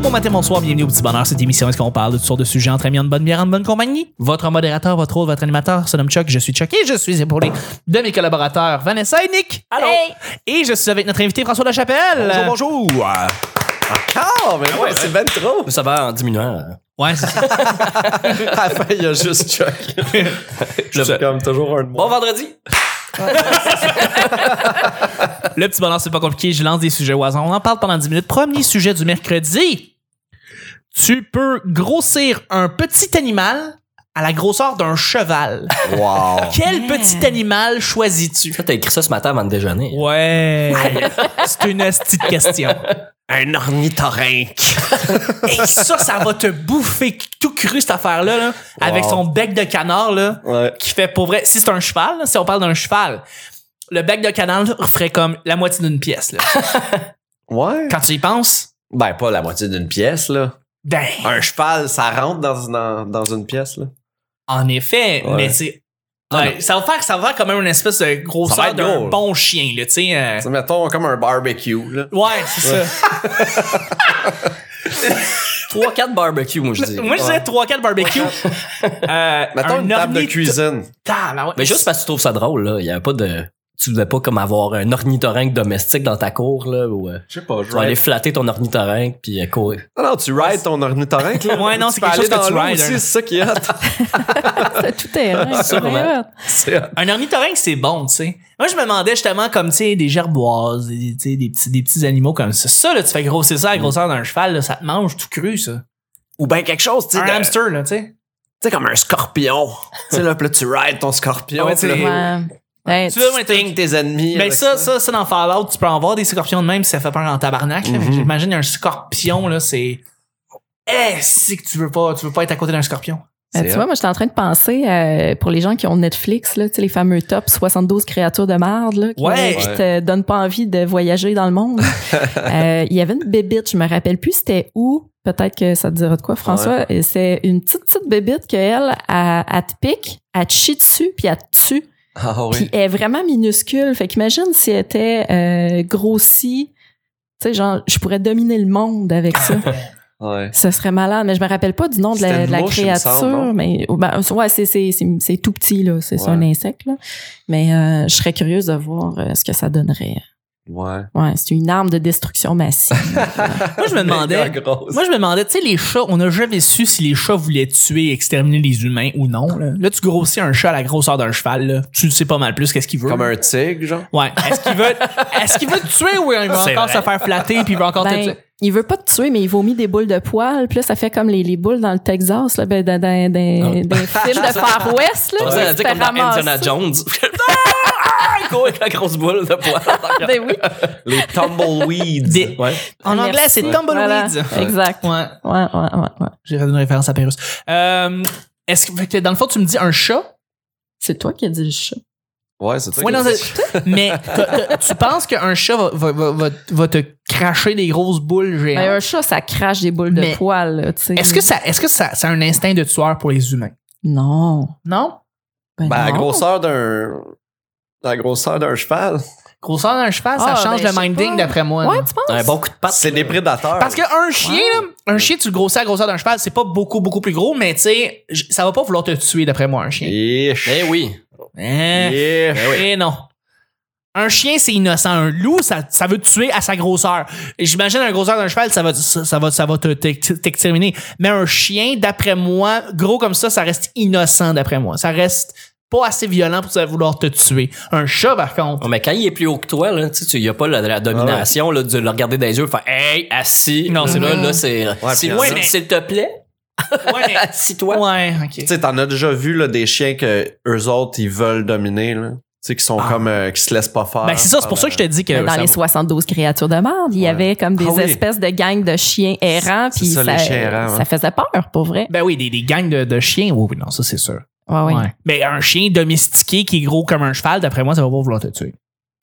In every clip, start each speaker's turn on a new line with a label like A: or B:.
A: bon matin, bonsoir, bienvenue au Petit Bonheur, cette émission où est-ce qu'on parle de toutes sortes de sujets entre amis, en bonne bière, en bonne compagnie. Votre modérateur, votre hôte, votre animateur se nomme Chuck, je suis Chuck et je suis épaulé de mes collaborateurs Vanessa et Nick. Allô!
B: Hey.
A: Et je suis avec notre invité François Lachapelle.
C: Bonjour, bonjour! Encore? Mais ouais, c'est ben trop!
D: Ça va en diminuant. hein.
A: Ouais, c'est ça.
C: À la fin, il y a juste Chuck. Je suis comme toujours un de
D: Bon
C: moi.
D: vendredi!
A: Le Petit Bonheur, c'est pas compliqué, je lance des sujets au hasard. On en parle pendant 10 minutes. Premier sujet du mercredi. Tu peux grossir un petit animal à la grosseur d'un cheval.
C: Wow!
A: Quel petit animal choisis-tu?
D: Ça, t'as écrit ça ce matin avant le déjeuner.
A: Ouais. C'est une petite question.
C: Un ornithorynque!
A: Et ça, ça va te bouffer tout cru, cette affaire-là, là, avec
C: Wow.
A: son bec de canard, là,
C: Ouais.
A: qui fait pour vrai. Si c'est un cheval, là, si on parle d'un cheval, le bec de canard là, ferait comme la moitié d'une pièce. Là.
C: Ouais?
A: Quand tu y penses,
C: Ben, pas la moitié d'une pièce, là.
A: ben,
C: Un cheval, ça rentre dans, dans, dans une pièce, là.
A: en effet,
C: Ouais.
A: mais c'est. ouais, ça va faire, ça va faire quand même une espèce de
C: Ça va
A: grosseur
C: être
A: d'un
C: gros.
A: bon chien, là, tu sais. euh,
C: Ça, mettons, comme un barbecue, là.
A: Ouais, c'est ça.
D: 3-4 barbecues, moi, je dis.
A: Moi, je dirais 3-4 barbecue. euh, un
C: Mettons
A: ah
C: une table de
A: ornitho-
C: cuisine.
A: Tabarouette.
D: Mais juste parce que tu trouves ça drôle, là. Il y a pas de. Tu devais pas comme avoir un ornithorynque domestique dans ta cour, là, ou. euh,
C: Je sais pas, je
D: Tu vas aller flatter ton ornithorynque puis euh, courir.
C: Non, non, tu rides ton ornithorynque, là.
A: Ouais, non,
C: Tu
A: c'est
C: peux
A: quelque chose
C: aller
A: que
C: dans
A: tu
C: l'eau
A: rides,
C: aussi,
A: hein.
C: C'est ça qui est hot.
B: C'est tout terrain.
D: Sûrement.
C: C'est hot.
A: Un ornithorynque, c'est bon, tu sais. Moi, je me demandais justement comme, tu sais, des gerboises, des, tu sais, des, petits, des petits animaux comme ça. Ça, là, tu fais grossir ça à la grosseur d'un cheval, là, ça te mange tout cru, ça.
C: Mm. Ou bien quelque chose, tu sais,
A: Un
C: de- tu
A: hamster, là, tu sais.
C: sais, comme un scorpion. tu sais, là, puis là, tu rides ton scorpion.
A: Ah ouais,
C: puis
A: tu-
C: là,
B: Ouais. Ben, Ouais,
A: Tu veux, moi,
C: tu sting tes ennemis.
A: Mais
C: avec
A: ben, ça, ça, ça, dans Fallout, tu peux en voir des scorpions de même, ça fait peur en tabarnak, là.
C: Mhm.
A: J'imagine un scorpion, là, c'est. Eh, si que tu veux pas, tu veux pas être à côté d'un scorpion.
B: Euh, tu vois, moi, j'étais en train de penser euh, pour les gens qui ont Netflix, là, tu sais, les fameux top 72 créatures de marde là, qui, euh,
A: Ouais.
B: qui te donnent pas envie de voyager dans le monde. Euh, Il y avait une bébite, je me rappelle plus c'était où. Peut-être que ça te dira de quoi, François. Et C'est une petite, petite bébite qu'elle, elle, elle te pique, elle te chie dessus, puis elle te tue.
C: Ah
B: Puis elle est vraiment minuscule. Fait qu'imagine si elle était euh, grossie. Tu sais, genre, je pourrais dominer le monde avec ça.
C: Ouais.
B: Ce serait malade, mais je me rappelle pas du nom de
C: C'était
B: la,
C: une
B: de la
C: mouche, il me
B: créature.
C: semble, non?
B: mais ou ben, ouais, c'est c'est c'est c'est tout petit là, c'est c'est
C: Ouais.
B: un insecte là. Mais euh, je serais curieuse de voir euh, ce que ça donnerait.
C: Ouais.
B: Ouais, c'est une arme de destruction massive.
A: Moi, je me demandais.
C: Méga grosse.
A: Moi, je me demandais, tu sais, les chats, on n'a jamais su si les chats voulaient tuer, exterminer les humains ou non. Là, Là, tu grossis un chat à la grosseur d'un cheval, là. tu le sais pas mal plus qu'est-ce qu'il veut.
C: Comme un tigre, genre.
A: Ouais. Est-ce qu'il veut, est-ce qu'il veut te tuer ou il va
D: C'est
A: encore
D: vrai.
A: se faire flatter puis il va encore
B: ben,
A: te tuer?
B: il veut pas te tuer, mais il vomit des boules de poils. Puis là, ça fait comme les, les boules dans le Texas, là, ben, dans, dans, dans-
D: Ah.
B: dans les films de Far West. Là,
D: Ça,
B: où
D: ça
B: tu
D: dit
B: te
D: comme dans
B: ramasses.
D: Indiana Jones. Ah! Courir avec la grosse boule de poil.
B: Ben oui.
C: Les tumbleweeds.
A: Des-
C: Ouais.
A: En
B: Merci.
A: anglais, c'est tumbleweeds.
B: Voilà. Exact. Ouais,
A: Ouais.
B: ouais, ouais, ouais.
A: J'ai fait une référence à Pérus. Euh, est-ce que, fait que dans le fond, tu me dis un chat?
B: C'est toi qui as dit le chat.
C: Ouais, c'est toi
A: Ouais,
C: qui
A: non,
C: dis-
A: c'est- mais t'as- t'as- tu penses qu'un chat va, va- va- va- va te cracher des grosses boules géantes?
B: Ben, un chat, ça crache des boules de
A: Mais-
B: poils. là, tu sais.
A: Est-ce que ça, est-ce que ça, c'est un instinct de tueur pour les humains?
B: Non.
A: Non?
C: Ben, à la
B: non.
C: grosseur d'un. à la grosseur d'un cheval.
A: Grosseur d'un cheval,
B: Ah,
A: ça change
B: ben, je
A: le
B: sais
A: minding
B: pas.
A: d'après moi.
B: Ouais,
A: là.
B: tu penses?
D: Un bon coup de patte.
C: C'est des prédateurs.
A: Parce qu'un chien,
B: Ouais.
A: là, un chien, tu le grossis à la grosseur d'un cheval, c'est pas beaucoup, beaucoup plus gros, mais tu sais, j- ça va pas vouloir te tuer d'après moi, un chien.
C: Ish.
D: Eh oui.
A: Hein?
C: Ish.
D: Eh oui.
A: Eh non. Un chien, c'est innocent. Un loup, ça, ça veut te tuer à sa grosseur. J'imagine un grosseur d'un cheval, ça va, ça, ça va, ça va te- te- t'exterminer. Mais un chien, d'après moi, gros comme ça, ça reste innocent, d'après moi. Ça reste pas assez violent pour vouloir te tuer. Un chat, par contre,
D: Ouais, Oh, Mais quand il est plus haut que toi, là, tu sais, tu- il n'y a pas la, la domination là, de le regarder dans les yeux et faire Hey, assis.
A: Non,
D: Non,
A: c'est
D: c'est là,
B: vrai.
D: là, c'est.
C: puis
D: S'il
C: il y en a-
D: s'il- s'il te plaît,
A: ouais, mais-
D: assis-toi.
A: ouais, ok.
C: Tu sais, t'en as déjà vu là, des chiens que eux autres, ils veulent dominer, là. Tu sais, qui sont
A: Ah.
C: comme. euh, qui se laissent pas faire.
A: Ben, c'est ça, c'est pour ça que je te dis que.
B: Mais dans
A: ça-
B: les 72 créatures de merde, il y
C: Ouais.
B: avait comme des
C: Ah oui.
B: espèces de gangs de chiens errants,
C: C'est
B: puis
C: ça,
B: ça,
C: les chiens errants,
B: ça
C: ouais.
B: faisait peur, pour vrai.
A: Ben oui, des, des gangs de, de chiens, oui, oui, non, ça c'est sûr.
B: Ouais, ouais.
A: Ouais. Mais un chien domestiqué qui est gros comme un cheval, d'après moi, ça va pas vouloir te tuer.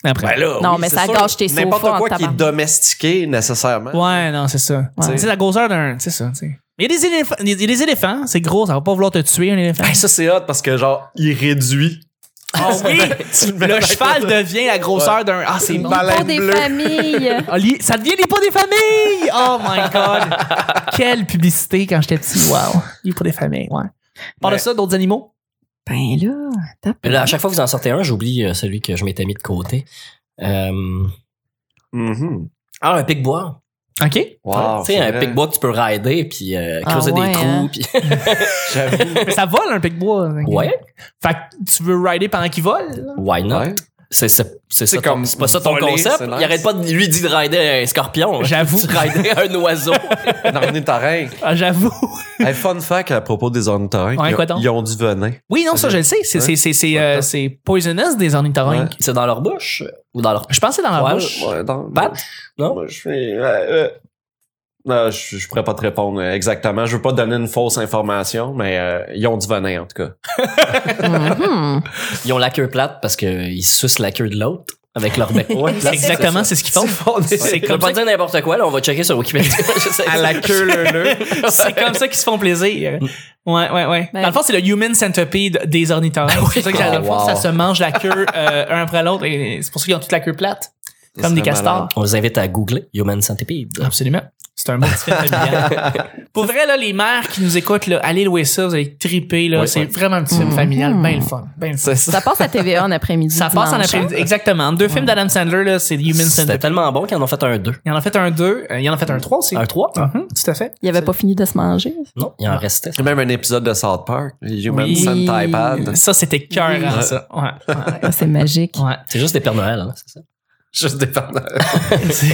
A: Après.
C: Ben là,
B: Non,
C: oui,
B: mais
C: c'est
B: ça
C: sûr,
B: gâche tes sofas
C: N'importe
B: en
C: quoi qui est
B: tabarnak.
C: domestiqué, nécessairement.
A: ouais, non, c'est ça.
B: Ouais.
A: C'est la grosseur d'un. C'est ça, tu sais. Mais il y a des éléphants, il y a des éléphants, c'est gros, Ben, ça va pas vouloir te tuer un éléphant.
C: Hey, ça, c'est hot parce que, genre, il réduit.
A: Ah oui!
C: Tu le mets
A: Le
C: avec
A: cheval devient la grosseur d'un. Ah, c'est bon.
C: Baleine
B: Pour des
C: bleue.
B: familles.
A: Ah, li- Ça devient les pots des familles! Oh my God! Quelle publicité quand j'étais petit. Wow! Les pots des familles, ouais. Par de
C: Ouais.
A: ça, d'autres animaux?
B: Ben là, tape.
D: Là, à chaque fois que vous en sortez un, j'oublie euh, celui que je m'étais mis de côté. Euh,
C: Mhm.
D: Ah, un pic-bois.
A: OK.
C: Wow,
D: tu sais,
C: c'est
D: un
C: vrai.
D: pic-bois que tu peux rider puis euh,
B: Ah
D: creuser
B: ouais,
D: des trous.
B: hein.
D: puis-
C: J'avoue.
A: Mais ça vole un pic-bois.
D: ouais,
A: Fait que tu veux rider pendant qu'il vole?
D: why not?
C: Ouais.
D: C'est c'est- c'est ça ton-
C: comme
D: c'est pas ça ton
C: voler,
D: concept.
C: c'est nice.
D: Il arrête pas de lui dit de rider un scorpion.
A: J'avoue.
D: Tu rider un oiseau.
C: Un ornithorynque.
A: Ah, j'avoue.
C: Hey, fun fact à propos des ornithorynques.
A: Ouais,
C: ils,
A: quoi
C: ont,
A: donc?
C: ils ont du venin.
A: Oui, non, ça, je le sais. C'est, c'est, c'est, c'est, euh, c'est poisonous des ornithorynques.
D: C'est dans leur bouche ou dans leur
A: Je pensais dans la
D: Ouais,
A: bouche.
C: Ouais, non,
D: patte?
C: moi,
D: Non?
C: moi, je suis. euh, euh, non, je, je pourrais pas te répondre exactement. Je veux pas te donner une fausse information, mais euh, ils ont du venin en tout cas.
B: Mhm.
D: Ils ont la queue plate parce qu'ils sucent la queue de l'autre avec leur bec.
C: Ouais,
A: C'est exactement c'est ce qu'ils font. C'est
D: C'est
A: comme,
D: pas
A: ça,
D: dire n'importe quoi, là, on va checker sur Wikipédia. Je sais.
C: À la queue leu
A: c'est comme ça qu'ils se font plaisir. Ouais, ouais, ouais.
B: Ben-
A: Dans le fond, c'est le human centipede des ornithorynques. C'est ça que dans le fond,
D: Oh, wow.
A: ça se mange la queue euh, un après l'autre. et C'est pour ça qu'ils ont toute la queue plate, comme des castors.
D: On vous invite à googler Human Centipede.
A: Absolument. C'est un bon petit film familial. Pour vrai, là, les mères qui nous écoutent, là, allez louer ça, vous allez triper. Là.
D: Ouais,
A: c'est
D: ouais.
A: vraiment un petit film
B: Mhm.
A: familial, bien le fun. ben le fun.
C: C'est ça.
B: Ça passe à TVA en après-midi.
A: Ça passe en
B: dimanche, hein?
A: après Exactement. Deux films d'Adam Sandler, là, c'est Human
D: C'était
A: Centipede.
D: tellement bon qu'ils en ont fait un 2.
A: Il en a fait un 2, il en a fait un 3 aussi.
D: Un 3?
A: Mhm, tout à fait.
B: Il avait pas fini de se manger.
D: Non, il
A: Ah.
D: en restait.
C: Il y a même un épisode de South Park, Human
A: Oui.
C: Centipede.
A: Ça, c'était cœur, hein,
C: Oui.
A: ça. Ouais, ouais,
B: Ah, C'est magique.
A: ouais.
D: C'est juste des Pères Noël, hein, c'est ça?
C: Juste dépendant.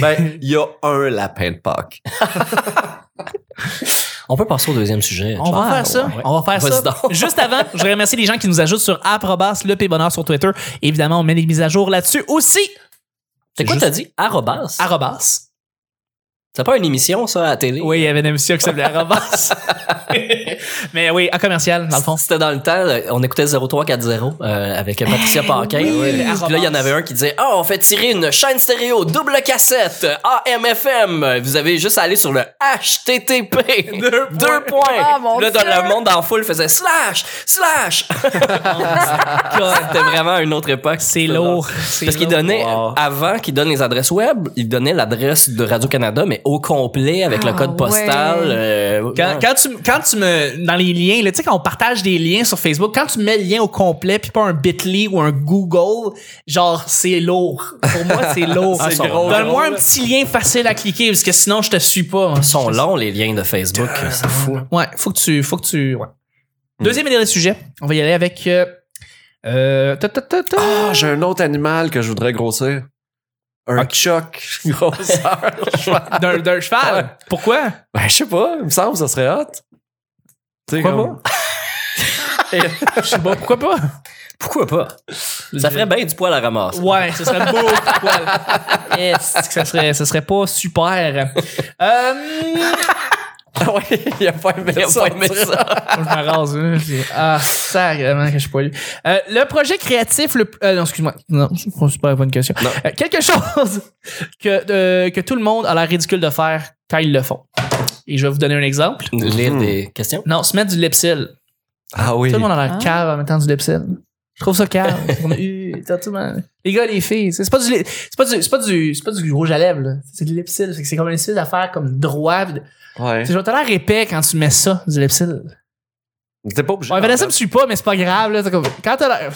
C: ben, il y a un lapin de Pâques.
D: On peut passer au deuxième sujet.
A: On va faire ça. On va faire
D: Vas-y
A: ça.
D: donc.
A: Juste avant, je voudrais remercier les gens qui nous ajoutent sur Aprobas, le P Bonheur sur Twitter. Évidemment, on met les mises à jour là-dessus aussi.
D: C'est quoi, t'as dit? Arrobas?
A: Arrobas.
D: C'est pas une émission, ça, à la télé?
A: Oui, il y avait une émission qui s'appelait Arrobas. Mais oui, en commercial, dans le fond.
D: C'était dans le temps, là, on écoutait 0340 euh, avec Patricia Paquin.
A: oui,
D: Ouais. Puis
A: Arrobas.
D: là, il y en avait un qui disait Ah, on fait tirer une chaîne stéréo, double cassette, AMFM. Vous avez juste à aller sur le HTTP. Deux, points.
B: Ah, mon
D: Puis là,
B: Dieu.
D: dans le monde en foule faisait slash, slash. C'était vraiment une autre époque.
A: C'est lourd. C'est
D: Parce qu'il
A: lourd.
D: donnait,
C: Wow.
D: avant qu'il donne les adresses web, il donnait l'adresse de Radio-Canada, mais au complet, avec le
B: Ah,
D: code postal.
B: ouais.
D: euh,
A: Quand,
D: ouais.
A: quand tu, quand tu me. Dans les liens, là, tu sais, quand on partage des liens sur Facebook, quand tu mets le lien au complet, puis pas un bit.ly ou un Google, genre, c'est lourd. Pour moi, c'est lourd.
C: C'est gros,
A: Donne-moi un
C: gros,
A: petit lien facile à cliquer, parce que sinon, je te suis pas. hein.
D: Ils sont longs, les liens de Facebook.
A: Ah,
D: C'est fou.
A: Ouais, faut que tu. Faut que tu ouais. Deuxième et dernier sujet, on va y aller avec. Euh, euh, ta, ta, ta, ta.
C: Ah, j'ai un autre animal que je voudrais grossir. Un choc grosseur.
A: D'un d'un cheval. Pourquoi?
C: ben, je sais pas, il me semble que ça serait hot. Tu sais,
A: Pourquoi
C: comme-
A: Je sais pas, pourquoi pas?
D: Pourquoi pas? Ça ferait bien du poil à ramasser.
A: Ouais, ce Ah, serait beau. pourquoi? Yes, que ça serait, ça serait pas super. Euh,
C: Ah ouais, il a pas aimé
D: Il a
C: ça.
D: pas aimé ça.
A: je me rase. hein, c'est- Ah, sacrément que je suis pas lu. Euh, le projet créatif, le. euh, non, excuse-moi. Non, c'est pas la bonne question.
C: Non.
A: Euh, quelque chose que, euh, que tout le monde a l'air ridicule de faire quand ils le font. Et je vais vous donner un exemple.
D: Lire
C: Hmm.
D: des questions.
A: Non, se mettre du Lepsil.
C: Ah oui.
A: Tout le monde a l'air
B: Ah.
A: cave en mettant du Lepsil. Je trouve ça cave. On a eu, t'as tout le monde- Les gars, les filles, tu sais, c'est pas du, lip- c'est pas du, c'est pas du, c'est pas du rouge à lèvres, là. C'est du Lepsil. Fait que C'est comme un espèce d'affaire comme droit. pis de-
C: Ouais.
A: C'est genre, t'as l'air épais quand tu mets ça, du Lepsil.
C: T'es pas obligé.
A: Ouais,
C: en
A: Vanessa
C: fait.
A: me suit pas, mais c'est pas grave, là. C'est comme- Quand t'as l'air.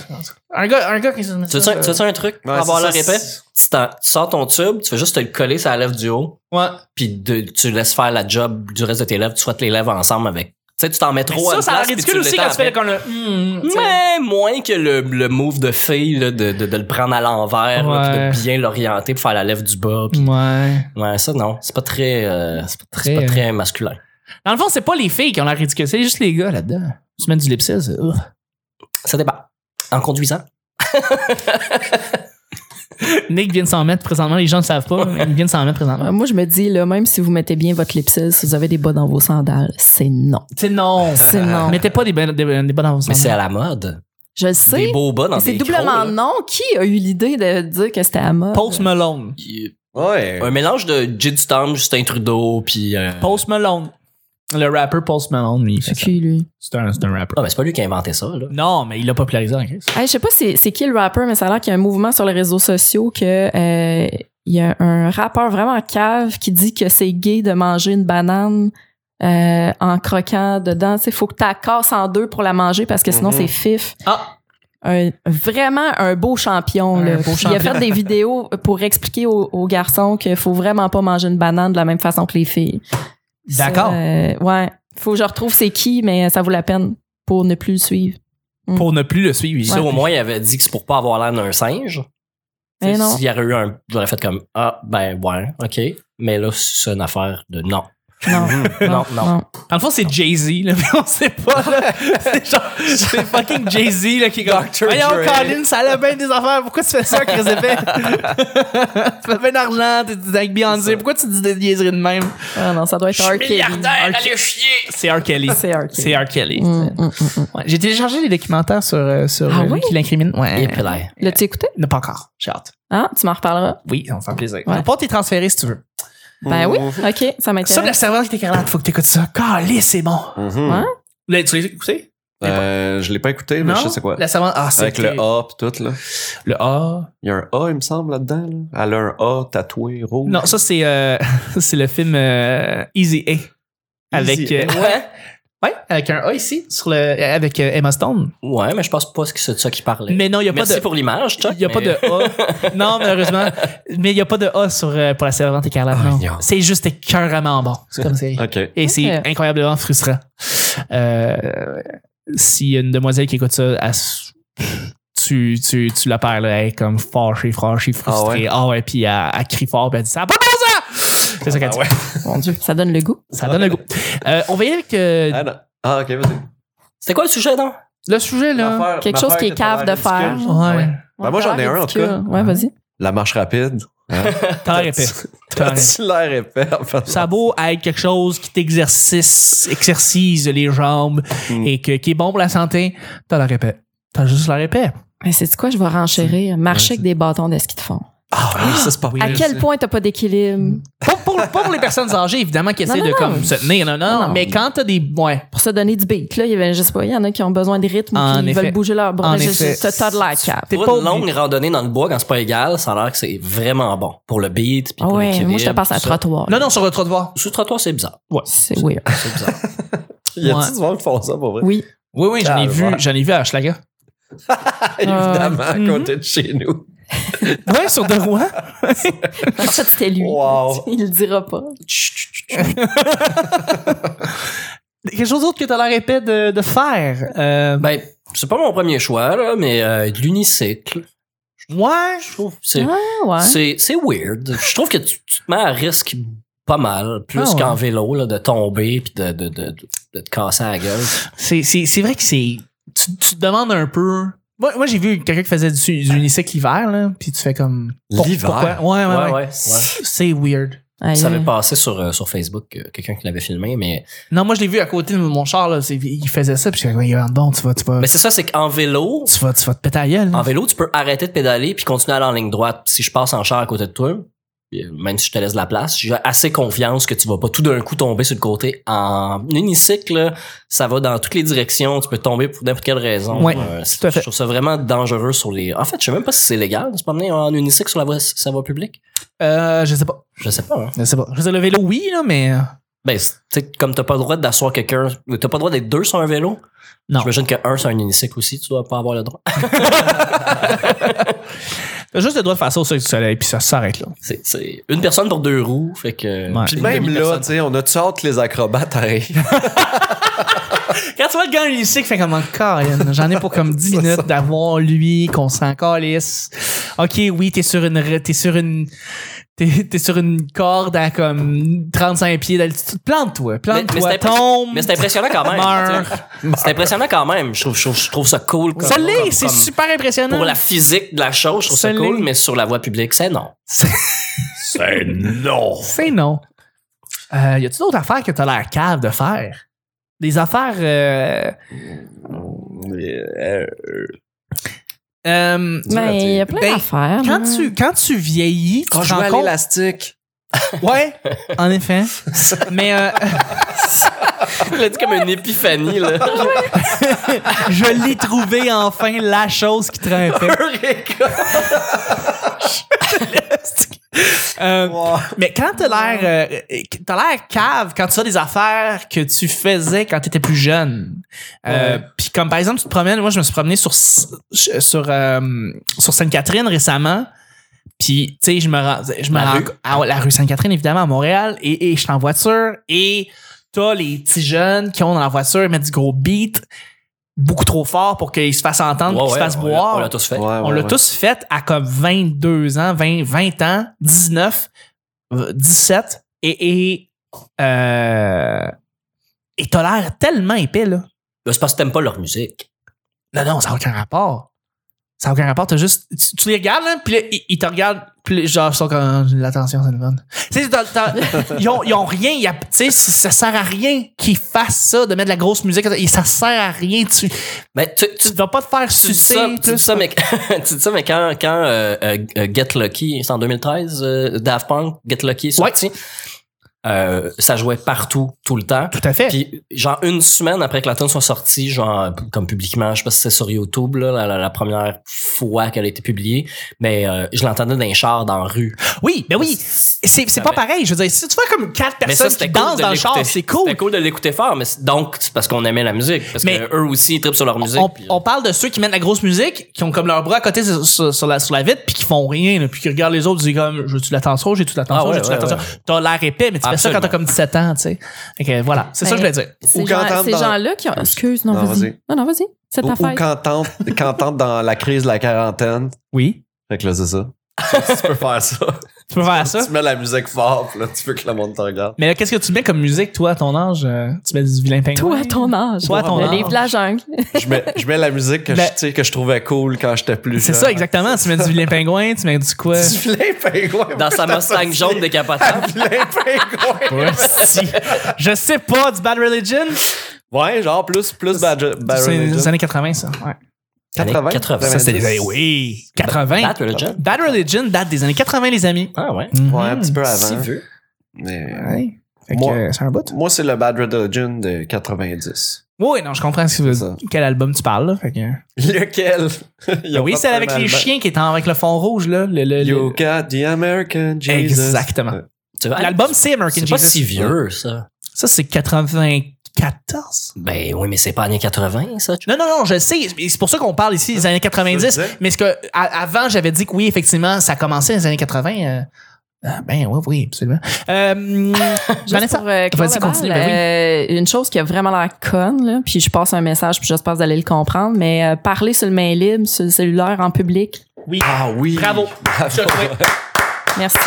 A: Un gars, un gars qui se met
D: Tu veux-tu un, tu veux-tu un truc pour
C: Ouais,
D: avoir
C: c'est
D: l'air
C: ça,
D: épais?
C: c'est-
D: Tu, t'en- tu sors ton tube, tu fais juste te le coller sur la lèvre du haut,
A: Ouais.
D: puis de- tu laisses faire la job du reste de tes lèvres, tu souhaites les lèvres ensemble avec. Tu sais, tu t'en mets
A: Mais
D: trop à
A: ça,
D: une
A: ça a l'air
D: place, puis
A: ridicule aussi
D: l'étends
A: quand tu fais
D: après.
A: comme le. hmm, tu sais.
D: Mais moins que le, le move de fille là, de, de, de le prendre à l'envers, là, puis
A: Ouais.
D: de bien l'orienter pour faire la lèvre du bas. puis-
A: Ouais.
D: Ouais, ça non, c'est pas très, euh, c'est pas
A: très,
D: très,
A: euh,
D: masculin.
A: Dans le fond, c'est pas les filles qui ont l'air ridicules, c'est juste les gars là-dedans. Tu mets du Lepsil, c'est. ouf.
D: Ça dépend. En conduisant,
A: Nick vient de s'en mettre présentement, les gens ne le savent pas, mais il vient de s'en mettre présentement.
B: Euh, Moi, je me dis, là, même si vous mettez bien votre lipsil, si vous avez des bas dans vos sandales, c'est non.
A: C'est non.
B: C'est non.
A: Mettez pas des, bonnes des, des bonnes
D: mais c'est
A: ensemble.
D: à la mode.
B: Je le
D: Des
B: sais.
D: beaux bas dans
B: mais C'est
D: des crocs,
B: doublement
D: là.
B: non. Qui a eu l'idée de dire que c'était à mode?
A: Post Malone.
D: Il-
C: Ouais.
D: Un mélange de J. du Tom, Justin Trudeau, puis euh,
A: Post Malone. Le rapper Post Malone, lui, il fait
B: C'est
A: ça.
B: qui, lui?
A: C'est un, c'est un
D: Ah,
A: rapper.
D: mais c'est pas lui qui a inventé ça, là.
A: Euh, Non, mais il l'a popularisé en crise.
B: Hey, je sais pas c'est, c'est qui le rapper, mais ça a l'air qu'il y a un mouvement sur les réseaux sociaux que euh, il y a un rappeur vraiment cave qui dit que c'est gay de manger une banane euh, en croquant dedans. Il faut que tu la casses en deux pour la manger parce que sinon
C: Mhm.
B: c'est fif.
A: Ah!
B: Un- vraiment un beau champion.
A: Un
B: là.
A: beau
B: Puis Il a
A: champion.
B: fait des vidéos pour expliquer aux, aux garçons qu'il faut vraiment pas manger une banane de la même façon que les filles. Ça,
A: D'accord.
B: euh, ouais. Faut que je retrouve c'est qui, mais ça vaut la peine pour ne plus le suivre.
A: Pour ne plus le suivre. il-
D: Ça, au moins, il avait dit que c'est pour pas avoir l'air d'un singe.
B: Mais
D: Tu sais,
B: non.
D: S'il y aurait eu un. J'aurais fait comme Ah, ben, ouais, OK. Mais là, c'est une affaire de non.
B: Non,
D: Non, non.
A: Dans le fond, c'est Jay-Z, là, mais on sait pas, là. C'est genre, c'est fucking Jay-Z, là, qui est comme.
C: Dr.
A: Voyons,
C: Dre.
A: Colin, ça a bien des affaires. Pourquoi tu fais ça, Chris Effet? tu fais bien d'argent, t'es t'es avec Beyoncé. Pourquur tu dis des niaiseries de même?
B: Ah non, ça doit être R. Kelly.
D: allez chier!
A: C'est R. Kelly.
B: C'est R. Kelly.
A: C'est R. Kelly.
B: Mm, mm, mm.
A: Ouais, J'ai téléchargé les documentaires sur, euh, sur
B: Ah
A: euh,
B: oui?
A: qui l'incrimine. Ouais.
D: Et puis là,
B: L'as-tu écouté?
A: Non, pas encore. J'ai hâte.
B: Hein? Tu m'en reparleras?
A: Oui, ça va me faire plaisir.
B: Ouais.
A: On peut t'y transférer si tu veux.
B: Ben oui. OK, ça
A: Ça, ben, de la
B: m'intéresse.
A: serveur qui t'écarlate, faut que t'écoutes ça. Calé, c'est bon.
C: Mhm.
B: Ouais.
A: Là, tu l'as écouté?
C: Euh, je l'ai pas écouté, mais
A: Non?
C: je sais c'est quoi.
A: La servante, ah, c'est
C: Avec le A pis tout, là.
A: Le A.
C: Il y a un A, il me semble, là-dedans. là. Elle a un A tatoué rouge.
A: Non, ça, c'est, euh, c'est le film euh, Easy A. Avec,
C: Easy A.
A: euh,
D: ouais.
A: ouais, avec un A ici, sur le, avec euh, Emma Stone.
D: Ouais, mais je pense pas que c'est de ça qu'il parlait.
A: Mais non, il n'y a pas
D: Merci
A: de.
D: pour l'image, Chuck.
A: Il n'y a pas
D: mais-
A: de A. non, malheureusement. Mais il n'y a pas de A sur, euh, pour la servante écarlate.
C: Ah,
A: non.
C: non.
A: C'est juste écœuramment bon. C'est comme série.
C: OK.
A: Et c'est
B: Ok.
A: incroyablement frustrant. Euh, si une demoiselle qui écoute ça, elle s- tu, tu, tu la perds, là, elle est comme fâchée, fâchée, frustrée. Ah ouais, puis elle, elle crie fort, puis elle dit ça. a pas de bon sens! C'est ça qu'elle dit.
B: Mon Dieu, ça donne le goût.
A: Ça donne le goût. Euh, on va y aller avec euh,
C: Ah, non. Ah, OK, vas-y.
D: C'était quoi le sujet, non?
A: le sujet, là.
C: L'affaire-
B: Quelque
C: l'affaire
B: chose qui est
C: que t'as
B: cave de
C: l'air
B: faire.
C: ridicule.
A: Ouais.
C: Ouais. Ben, moi, j'en ai un, en tout cas.
B: Ouais, vas-y.
C: La marche rapide. Hein?
A: T'as l'air épais. T'as l'air épais.
C: T'as-tu l'air épais? en fait?
A: Ça a beau être quelque chose qui t'exercice, exercise les jambes
C: Mm.
A: et que, qui est bon pour la santé, t'as l'air épais. T'as juste l'air épais.
B: Mais c'est quoi, je vais renchérir. Marcher avec des bâtons de ski de fond.
C: Ah oui, ça, c'est pas
B: À
C: pire,
B: quel
C: ça.
B: point t'as pas d'équilibre?
A: Pas pour, pas pour les personnes âgées, évidemment, qui
B: Non,
A: essaient
B: non,
A: de
B: non.
A: comme, se tenir. Non, non,
B: Non, non.
A: mais quand t'as des. Ouais.
B: Pour se donner du beat, là, il y avait, je sais pas, il y en a qui ont besoin de rythme,
A: En
B: qui
A: effet.
B: veulent bouger leur bras.
A: En
B: Je-
A: effet.
B: je- T'as de la cave.
A: T'es
D: Pour
A: pas
D: une longue
A: obligé.
D: randonnée dans le bois quand c'est pas égal, ça a l'air que c'est vraiment bon. Pour le beat, puis
B: Ah
D: pour
B: ouais,
D: l'équilibre.
B: moi, je te passe à
D: tout ça.
B: trottoir.
A: Non, non, sur le trottoir.
D: Sous trottoir, c'est bizarre.
B: C'est weird.
D: C'est bizarre.
C: Y a-tu
A: Ouais.
C: du monde qui font ça, pour vrai?
B: Oui.
A: Oui, oui, j'en ai
C: Ah,
A: vu,
C: ouais.
A: j'en ai vu à Schlager.
C: Évidemment, à
A: mhm.
C: côté de chez nous.
A: Ouais, sur deux rois.
B: En fait, c'était lui.
C: Wow.
B: Il le dira pas.
A: Quelque chose d'autre que t'as l'air épais de, de faire. Euh,
D: Ben, c'est pas mon premier choix, là, mais euh, l'unicycle,
A: ouais.
D: je trouve, c'est,
B: Ah ouais.
D: c'est, c'est weird. Je trouve que tu, tu te mets à risque pas mal, plus
A: Ah ouais.
D: qu'en vélo, là, de tomber puis de, de, de, de- de te casser la gueule.
A: C'est, c'est, c'est vrai que c'est. Tu, tu te demandes un peu. Moi, moi j'ai vu quelqu'un qui faisait du, du unisex l'hiver, là, puis tu fais comme. pour-
C: L'hiver?
A: pourquoi? Ouais, ouais, ouais.
D: Ouais, ouais, ouais.
A: C'est weird.
B: Aïe,
D: Ça avait
B: aïe.
D: passé sur, euh, sur Facebook, euh, quelqu'un qui l'avait filmé, mais,
A: Non, moi, je l'ai vu à côté de mon char, là. c'est- il faisait ça, puis je suis comme, bon, tu vas, tu vas.
D: mais ben, c'est ça, c'est qu'en vélo,
A: Tu vas, tu vas te péter la gueule. là.
D: en vélo, tu peux arrêter de pédaler puis continuer à aller en ligne droite. Si je passe en char à côté de toi, puis, euh, même si je te laisse de la place, j'ai assez confiance que tu vas pas tout d'un coup tomber sur le côté. En unicycle, là, ça va dans toutes les directions. Tu peux tomber pour n'importe quelle raison.
A: Ouais,
D: c'est-
A: tout à fait.
D: Je trouve ça vraiment dangereux sur les... En fait, je sais même pas si c'est légal de se promener en unicycle sur la voie, sa voie publique.
A: Euh, je sais pas.
D: Je sais pas. hein.
A: Je sais pas. Je sais, le vélo, oui, là, mais. euh,
D: Ben, c'est- tu sais, comme t'as pas le droit d'asseoir quelqu'un, ou t'as pas le droit d'être deux sur un vélo.
A: Non.
D: J'imagine que un sur un unicycle aussi, tu dois pas avoir le droit.
A: T'as juste le droit de faire ça au soleil du soleil, puis ça s'arrête là.
D: C'est- C'est une personne pour deux roues, fait que.
A: Ouais.
C: Puis
D: une
C: même là,
D: demi-personne.
C: tu sais, on a-tu hâte que les acrobates arrivent?
A: Quand tu vois le gars en unicycle, fait comme encore, j'en ai pour comme 10
C: C'est
A: minutes
C: ça.
A: d'avoir lui, qu'on s'en calisse. Ok, oui, t'es sur une, re- t'es sur une, t'es, t'es sur une corde à comme 35 pieds d'altitude. Plante-toi,
D: Mais- mais
A: plante-toi,
D: c'est impr-
A: tombe.
D: Mais c'est impressionnant quand même.
A: Meurs.
D: tu sais. c'est impressionnant quand même. Je trouve, je trouve, je trouve ça cool. Comme,
A: Ça l'est,
D: comme-
A: c'est
D: comme-
A: super impressionnant.
D: Pour la physique de la chose, je trouve ça
A: Ça
D: cool,
A: l'est.
D: mais sur la voie publique, c'est non.
C: C'est non!
A: C'est non. Euh, y a-tu d'autres affaires que t'as l'air cave de faire? Des affaires, euh, euh,
B: Mais il y a plein
A: Ben,
B: d'affaires.
A: quand
B: là.
A: tu, quand tu vieillis, tu te rends compte-
C: l'élastique.
A: Ouais, en effet. Mais euh,
D: Il a dit comme une épiphanie, là.
A: Je l'ai trouvé enfin la chose qui trimpait. Euh, Mais quand t'as l'air, euh, t'as l'air cave quand tu as des affaires que tu faisais quand t'étais plus jeune. Euh, Puis comme par exemple, tu te promènes. Moi, je me suis promené sur sur euh, sur Sainte-Catherine récemment. Puis tu sais, je me rends, je me
D: La
A: rends
D: rue.
A: à la rue Sainte-Catherine évidemment à Montréal et, et je suis en voiture et t'as les petits jeunes qui ont dans la voiture ils mettent du gros beat beaucoup trop fort pour qu'ils se fassent entendre, qu'ils se fassent
D: on l'a-
A: boire
D: Ben, On l'a tous fait.
A: on l'a tous fait à comme 22 ans, 20, 20 ans, 19, euh, 17 et et euh, et t'as l'air tellement épais là.
D: Là, C'est parce que t'aimes pas leur musique.
A: Non non, ça n'a aucun rapport. Ça n'a aucun rapport, t'as juste tu, tu les regardes là, puis là, ils, ils te regardent puis là, genre ils sont comme Ah, l'attention c'est le fun. Tu sais, t'as- t'as- ils ont ils ont rien, il y a- tu sais ça sert à rien qu'ils fassent ça de mettre de la grosse musique et ça sert à rien tu
D: Mais tu, tu,
A: tu vas pas te faire
D: tu dis ça,
A: sucer
D: tu dis ça, mais, tu dis ça, mais quand, quand euh, euh, euh, Get Lucky, c'est en 2013, euh, Daft Punk, Get Lucky est sorti, euh, ça jouait partout, tout le temps.
A: tout à fait.
D: Puis, genre, une semaine après que la tune soit sortie, genre, comme publiquement, je sais pas si c'est sur YouTube, là, la, la- la première fois qu'elle a été publiée, mais euh, je l'entendais dans les chars, dans la rue.
A: Oui, ben oui. C'est, c'est pas
D: Ah, mais-
A: pareil. Je veux dire, si tu fais comme quatre
D: Mais ça,
A: personnes
D: c'était
A: qui
D: cool
A: dansent
D: de
A: dans le char,
D: l'écouter.
A: c'est cool.
D: C'était cool de l'écouter fort, mais c'est- donc, c'est parce qu'on aimait la musique. Parce
A: Mais-
D: que eux aussi, ils trippent sur leur musique.
A: On,
D: puis- euh,
A: on parle de ceux qui mettent la grosse musique, qui ont comme leur bras à côté sur, sur- sur la, sur la vitre, puis qui font rien, là, puis qui regardent les autres, ils disent comme, je tu l'attention, j'ai tu l'attention,
D: Ah ouais,
A: j'ai tu
D: ouais,
A: l'attention. T'as l'air épais, mais tu fais ça quand
D: Absolument.
A: t'as comme 17 ans, tu sais. Fait que voilà, c'est ça que je
B: Ben,
A: voulais dire.
B: Ces,
C: Ou quand
B: gens,
C: t'entres
B: ces
C: dans-
B: gens-là qui ont. Excuse, non,
C: Non,
B: vas-y.
C: vas-y.
B: Non, non, vas-y. C'est
C: Ou,
B: ta
C: ou
B: fête.
C: quand t'entres quand t'entres dans la crise de la quarantaine.
A: Oui.
C: Fait que là, c'est ça. tu peux faire ça.
A: Tu peux faire ça.
C: Tu mets la musique fort, puis là, tu veux que le monde te regarde.
A: Mais là, qu'est-ce que tu mets comme musique, toi, à ton âge? euh, Tu mets du vilain pingouin?
B: Toi, à ton âge.
A: Toi, à ton
B: le
A: âge.
B: livre de la jungle.
C: Je mets, je mets la musique que,
A: Ben-
C: je, tu sais, que je trouvais cool quand j'étais plus jeune.
A: C'est ça, exactement. Tu mets du vilain pingouin, tu mets du quoi?
C: Du vilain pingouin.
D: euh, dans sa Mustang jaune décapotable.
C: Vilain pingouin.
A: Ouais, si. Je sais pas, du Bad Religion?
C: Ouais, genre plus, plus Bad, bad
A: C'est
C: Religion.
A: les années 80, ça. Ouais.
C: 80.
D: 80.
A: Ça, c'est des
C: 90.
A: années, oui. 80.
D: Bad Religion?
A: Bad Religion date des années 80, les amis.
D: Ah ouais.
A: Mhm.
C: Ouais, un petit peu avant.
D: Si veut.
C: Mais-
A: Ouais. Fait que,
C: Moi-
A: euh, c'est un bout.
C: Moi, c'est le Bad Religion de 90.
A: Oui, non, je comprends ce que tu veux
C: C'est ça.
A: Quel album tu parles, là. Fait que- euh,
C: Lequel? Ils ont
A: Ben Oui,
C: fait
A: c'est avec
C: un
A: les
C: album.
A: chiens qui est en- avec le fond rouge, là. le- le- le-
C: You got the American Jesus.
A: Exactement.
D: Tu vois,
A: L'album, c'est American
D: C'est pas
A: Jesus.
D: si vieux, ça.
A: Ça, c'est 94.
D: Ben oui, mais c'est pas années 80, ça.
A: Non, non, non, je sais. C'est pour ça qu'on parle ici des années 90.
C: Ça, je disais.
A: Mais ce que, à- avant, j'avais dit que oui, effectivement, ça commençait dans les années 80. euh, euh, ben oui, oui, absolument. Euh,
B: Juste
A: Vanessa,
B: pour, euh, clore
A: vas-y,
B: le
A: continue,
B: bal,
A: ben oui.
B: euh, une chose qui a vraiment l'air conne, là, puis je passe un message, puis j'espère que vous allez le comprendre, mais euh, parler sur le main libre, sur le cellulaire, en public.
A: oui.
C: Ah oui.
A: Bravo. Je l'ai trouvé.
B: Merci,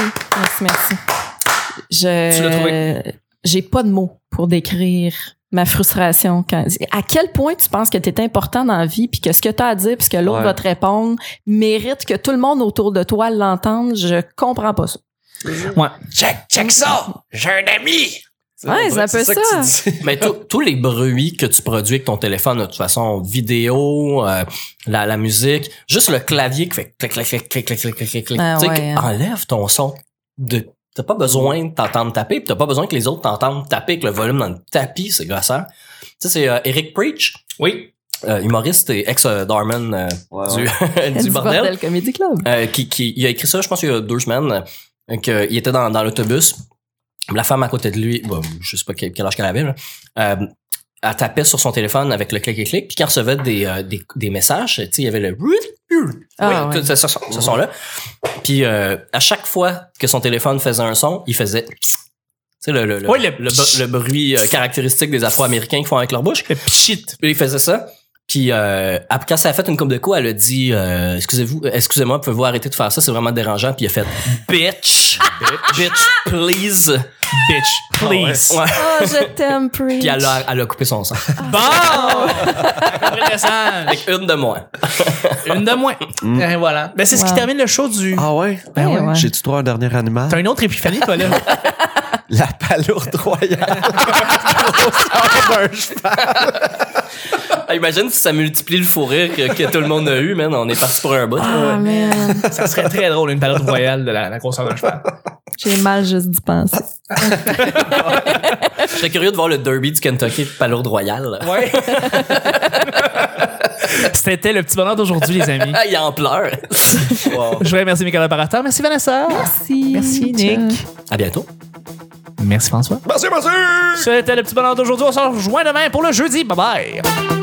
B: merci, merci. Je,
A: Tu l'as trouvé.
B: J'ai pas de mots pour décrire ma frustration. Quand, à quel point tu penses que tu es important dans la vie, puis que ce que tu as à dire, puis ce que l'autre
C: Ouais.
B: va te répondre, mérite que tout le monde autour de toi l'entende, je comprends pas ça.
A: Ouais. Check, check ça! J'ai un ami!
C: on
B: Ouais, c'est
C: dirait
B: un
C: que
B: peu
C: que tu dis.
D: Mais tous- tous les bruits que tu produis avec ton téléphone, de toute façon, vidéo, euh, la, la musique, juste le clavier qui fait clic, clic, clic, clic, clic, clic, clic, clic, clic.
B: Ah
D: Tu sais,
B: ouais, hein.
D: enlève ton son. De, t'as pas besoin de t'entendre taper, pis t'as pas besoin que les autres t'entendent taper avec le volume dans le tapis, c'est gossant. Tu sais, c'est euh, Eric Preach,
A: Oui.
D: euh, humoriste et ex-Darman
C: Ouais, ouais.
D: du, du
B: Du
D: bordel.
B: bordel Comedy Club.
D: Euh, qui, qui- il a écrit ça, je pense, il y a deux semaines, euh, qu'il était dans, dans l'autobus. La femme à côté de lui, bon, je sais pas quel, quel âge qu'elle avait, là, euh, elle tapait sur son téléphone avec le clic-clic-clic, puis quand elle recevait des, euh, des, des messages, tu sais, il y avait le...
B: Ah,
D: oui,
B: ouais.
D: tout ce, ce- ce son-là. Puis euh, à chaque fois que son téléphone faisait un son, il faisait... Tu sais, le, le, le,
A: Oui, le-
D: le bu- le bruit euh, caractéristique des Afro-Américains qu'ils font avec leur bouche.
A: Le pchit.
D: Puis il faisait ça. Puis euh, après, quand ça a fait une coupe de coups, elle a dit euh, excusez-vous, excusez-moi, pouvez-vous arrêter de faire ça, c'est vraiment dérangeant. Puis il a fait bitch, bitch, please,
A: Bitch, please.
D: Ouais.
B: Oh, je t'aime, Preach.
D: Puis elle a, elle a coupé son sang.
A: Bon! Intéressant.
D: Avec une de moins.
A: Une de moins. Et voilà. Ben, c'est ce qui
B: Wow.
A: termine le show du.
C: Ah ouais?
B: Ben ouais. ouais.
C: J'ai-tu droit à un dernier animal?
A: T'as une autre épiphanie, toi, là?
C: La palourde royale.
D: Ah, Imagine si ça multiplie le fou rire que, que tout le monde a eu, man. On est parti pour un bout.
B: Ah, man.
A: ça serait très drôle, une palette royale de la, la grosseur d'un cheval.
B: J'ai mal juste d'y penser.
D: J'étais curieux de voir le derby du Kentucky de Palourde Royale.
A: Ouais. C'était le petit bonheur d'aujourd'hui, les amis.
D: Ah, il en pleure. Wow.
A: Je voudrais remercier mes collaborateurs. Merci Vanessa.
B: Merci.
A: Merci, Nick.
D: À bientôt.
A: Merci François.
C: Merci, merci!
A: C'était le petit bonheur d'aujourd'hui. On se rejoint demain pour le jeudi. Bye bye.